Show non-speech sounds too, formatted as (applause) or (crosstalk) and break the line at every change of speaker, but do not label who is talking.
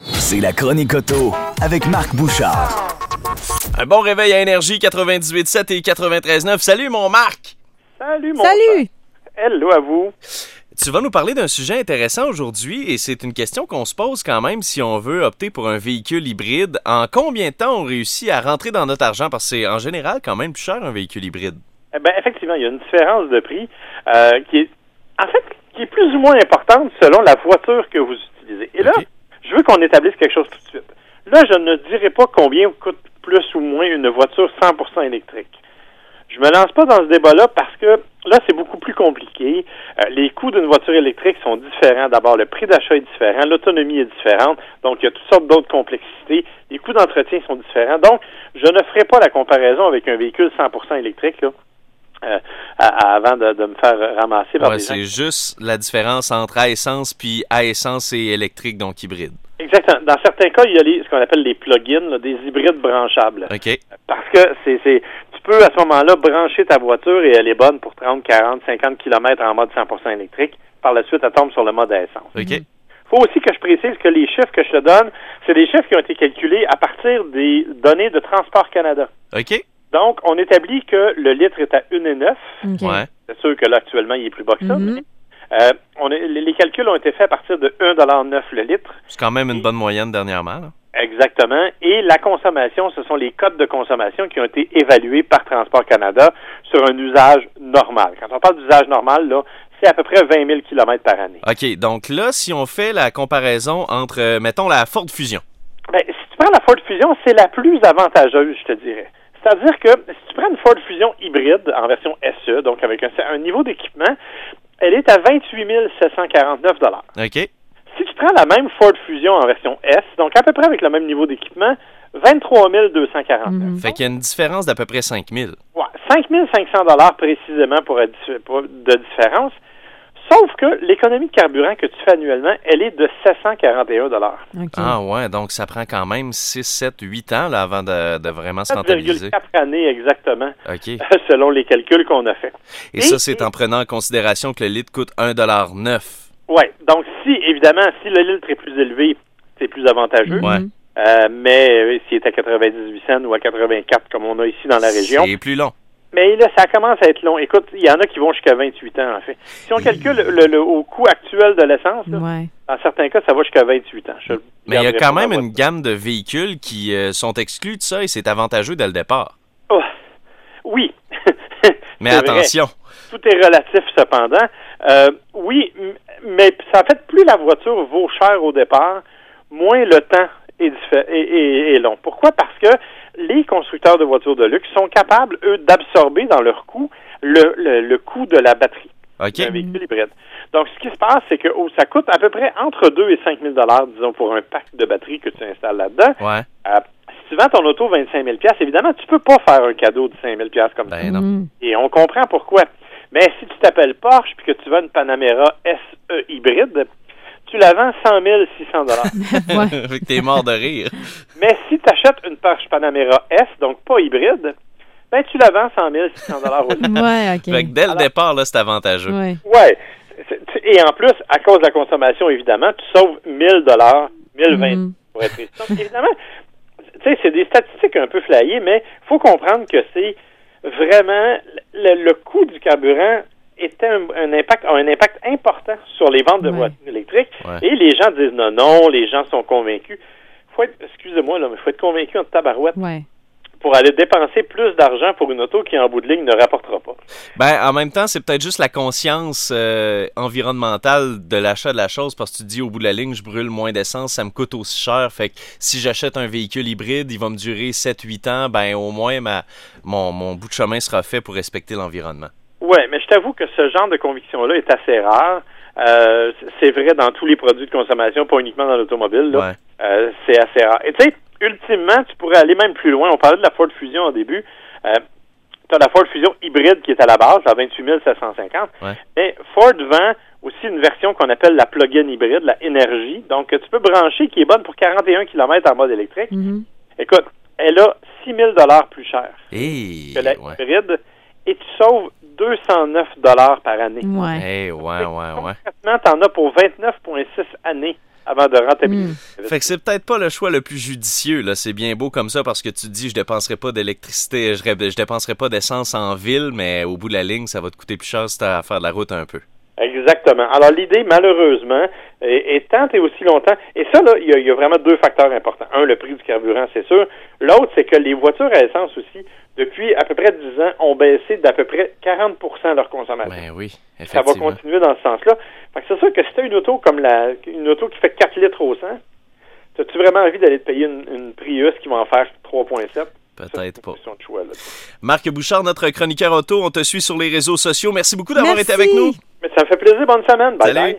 C'est la chronique auto avec Marc Bouchard.
Un bon réveil à Énergie 98.7 et 93.9. Salut mon Marc!
Salut, mon
Salut!
bah,
Hello à vous.
Tu vas nous parler d'un sujet intéressant aujourd'hui et c'est une question qu'on se pose quand même si on veut opter pour un véhicule hybride. En combien de temps on réussit à rentrer dans notre argent? Parce que c'est en général quand même plus cher un véhicule hybride.
Eh Ben, effectivement, il y a une différence de prix euh, qui est, en fait, qui est plus ou moins importante selon la voiture que vous utilisez. Et là,
Ok.
je veux qu'on établisse quelque chose tout de suite. Là, je ne dirai pas combien coûte plus ou moins une voiture 100% électrique. Je me lance pas dans ce débat-là parce que là, c'est beaucoup plus compliqué. Euh, les coûts d'une voiture électrique sont différents. D'abord, le prix d'achat est différent, l'autonomie est différente, donc il y a toutes sortes d'autres complexités. Les coûts d'entretien sont différents. Donc, je ne ferai pas la comparaison avec un véhicule 100% électrique là, euh, à- à- avant de, de me faire ramasser par
Ouais,
des gens.
c'est juste la différence entre à essence puis à essence et électrique, donc hybride.
Exactement. Dans certains cas, il y a les- ce qu'on appelle les plugins, là, des hybrides branchables.
OK.
Parce que c'est, c'est, tu peux à ce moment-là brancher ta voiture et elle est bonne pour 30, 40, 50 km en mode 100% électrique. Par la suite, elle tombe sur le mode à essence.
OK.
faut aussi que je précise que les chiffres que je te donne, c'est des chiffres qui ont été calculés à partir des données de Transport Canada.
OK.
Donc, on établit que le litre est à 1,9.
OK.
Ouais.
C'est sûr que là, actuellement, il est plus bas que ça.
Mhm.
mais, euh, on est- les les calculs ont été faits à partir de 1,9 le litre.
C'est quand même une bonne moyenne dernièrement. là.
Exactement. Et la consommation, ce sont les codes de consommation qui ont été évalués par Transport Canada sur un usage normal. Quand on parle d'usage normal, là, c'est à peu près 20 000 km par année.
OK. Donc là, si on fait la comparaison entre, euh, mettons, la Ford Fusion.
Ben, si tu prends la Ford Fusion, c'est la plus avantageuse, je te dirais. C'est-à-dire que si tu prends une Ford Fusion hybride en version SE, donc avec un, un niveau d'équipement, elle est à 28 749
OK.
Si tu prends la même Ford Fusion en version S, donc à peu près avec le même niveau d'équipement, 23 249
Mhm.
Fait qu'il y a une différence d'à peu près 5000.
Ouais, 5500 dollars précisément pour, être diffé- pour- de différence. Sauf que l'économie de carburant que tu fais annuellement, elle est de 741 dollars.
OK.
Ah ouais, donc ça prend quand même 6, 7, 8 ans là, avant de, de vraiment
Ah,
se rentabiliser.
4,4 années exactement, (laughs)
OK.
selon les calculs qu'on a fait.
Et ça, c'est en prenant en considération que le litre coûte 1,9
Oui, donc si, évidemment, si le litre est plus élevé, c'est plus avantageux.
Mhm.
Ouais.
Euh, mais euh, s'il est à 98 cents ou à 84 comme on a ici dans la région.
C'est plus long.
Mais là, ça commence à être long. Écoute, il y en a qui vont jusqu'à 28 ans, en fait. Si on calcule le, le- au coût actuel de l'essence, là,
Ouais.
Dans certains cas, ça va jusqu'à 28 ans. Je
Mais il y a
garderai
quand
pas
même
ma
une gamme de véhicules qui euh, sont exclus de ça et c'est avantageux dès le départ.
voiture. Oh, Oui.
(laughs) Mais
C'est
attention,
vrai. Tout est relatif, cependant. Euh, oui, m- mais ça en fait, plus la voiture vaut cher au départ, moins le temps est, diffé- est- est- est long. Pourquoi? Parce que les constructeurs de voitures de luxe sont capables, eux, d'absorber dans leur coût le- le- le coût de la batterie.
OK?
d'un véhicule hybride. Donc, ce qui se passe, c'est que oh, ça coûte à peu près entre 2 et 5 000 disons, pour un pack de batterie que tu installes là-dedans.
Ouais.
Euh, si tu vends ton auto 25 000 évidemment, tu peux pas faire un cadeau de 5 000 comme ça.
Ben non. (laughs)
Mhm.
Et on comprend pourquoi. Mais si tu t'appelles Porsche puis que tu vends une Panamera SE hybride, tu la vends 100 600
(laughs)
Mm.
Ouais.
Fait que t'es mort de
(laughs)
rire.
Mais si tu achètes une Porsche Panamera S, donc pas hybride, ben tu la vends 100 600 aussi.
Ouais,
Fait que
OK.
dès le
Alors-
départ, là, c'est avantageux.
Ouais.
Ouais. C'est- tu- Et en plus, à cause de la consommation, évidemment, tu sauves 1000 dollars, 1020
Mhm.
pour être précis. Donc, évidemment, tu sais, c'est des statistiques un peu flyées, mais faut comprendre que c'est vraiment le, le coût du carburant était un, un impact a un impact important sur les ventes de
Ouais.
voitures électriques
Ouais.
et les gens disent non non les gens sont convaincus faut être excusez-moi là mais faut être convaincu en tabarouette
Ouais.
pour aller dépenser plus d'argent pour une auto qui en bout de ligne ne rapportera pas
Ben, en même temps, c'est peut-être juste la conscience euh, environnementale de l'achat de la chose parce que tu te dis au bout de la ligne, je brûle moins d'essence, ça me coûte aussi cher. Fait que si j'achète un véhicule hybride, il va me durer 7-8 ans, ben au moins ma, mon, mon bout de chemin sera fait pour respecter l'environnement.
Oui, mais je t'avoue que ce genre de conviction-là est assez rare. Euh, c'est vrai dans tous les produits de consommation, pas uniquement dans l'automobile. là.
Ouais.
Euh, c'est assez rare. Et tu sais, ultimement, tu pourrais aller même plus loin. On parlait de la Ford Fusion au début. Euh, tu as la Ford Fusion hybride qui est à la base, à 28 750.
Ouais.
Mais Ford vend aussi une version qu'on appelle la plug-in hybride, la énergie. Donc, que tu peux brancher qui est bonne pour 41 km en mode électrique.
Mhm.
Écoute, elle a 6 000 plus cher
Et
que la
ouais.
hybride et tu sauves 209 dollars par année.
Ouais.
(laughs)
Eh, ouais, ouais, ouais.
Concrètement, tu en as pour 29,6 années avant de rentabiliser.
Fait que c'est peut-être pas le choix le plus judicieux. Là, c'est bien beau comme ça parce que tu te dis je dépenserai pas d'électricité, je, ré- je dépenserai pas d'essence en ville, mais au bout de la ligne, ça va te coûter plus cher si t'as à faire de la route un peu.
Exactement. Alors l'idée, malheureusement, est, est tant et aussi longtemps. Et ça, là, il y, a- il y a vraiment deux facteurs importants. Un, le prix du carburant, c'est sûr. L'autre, c'est que les voitures à essence aussi, depuis à peu près 10 ans, ont baissé d'à peu près 40 leur consommation.
Ben oui,
ça va
effectivement.
continuer dans ce sens-là. Fait que c'est sûr que si t'as une auto comme la une auto qui fait 4 litres au 100, as-tu vraiment envie d'aller te payer une, une Prius qui va en faire 3.7? Ça, c'est une
Peut-être pas.
question de choix, là.
Marc Bouchard, notre chroniqueur auto, on te suit sur les réseaux sociaux. Merci beaucoup d'avoir
Merci.
été avec nous.
Mais ça me fait plaisir. Bonne semaine. Bye
Salut.
bye.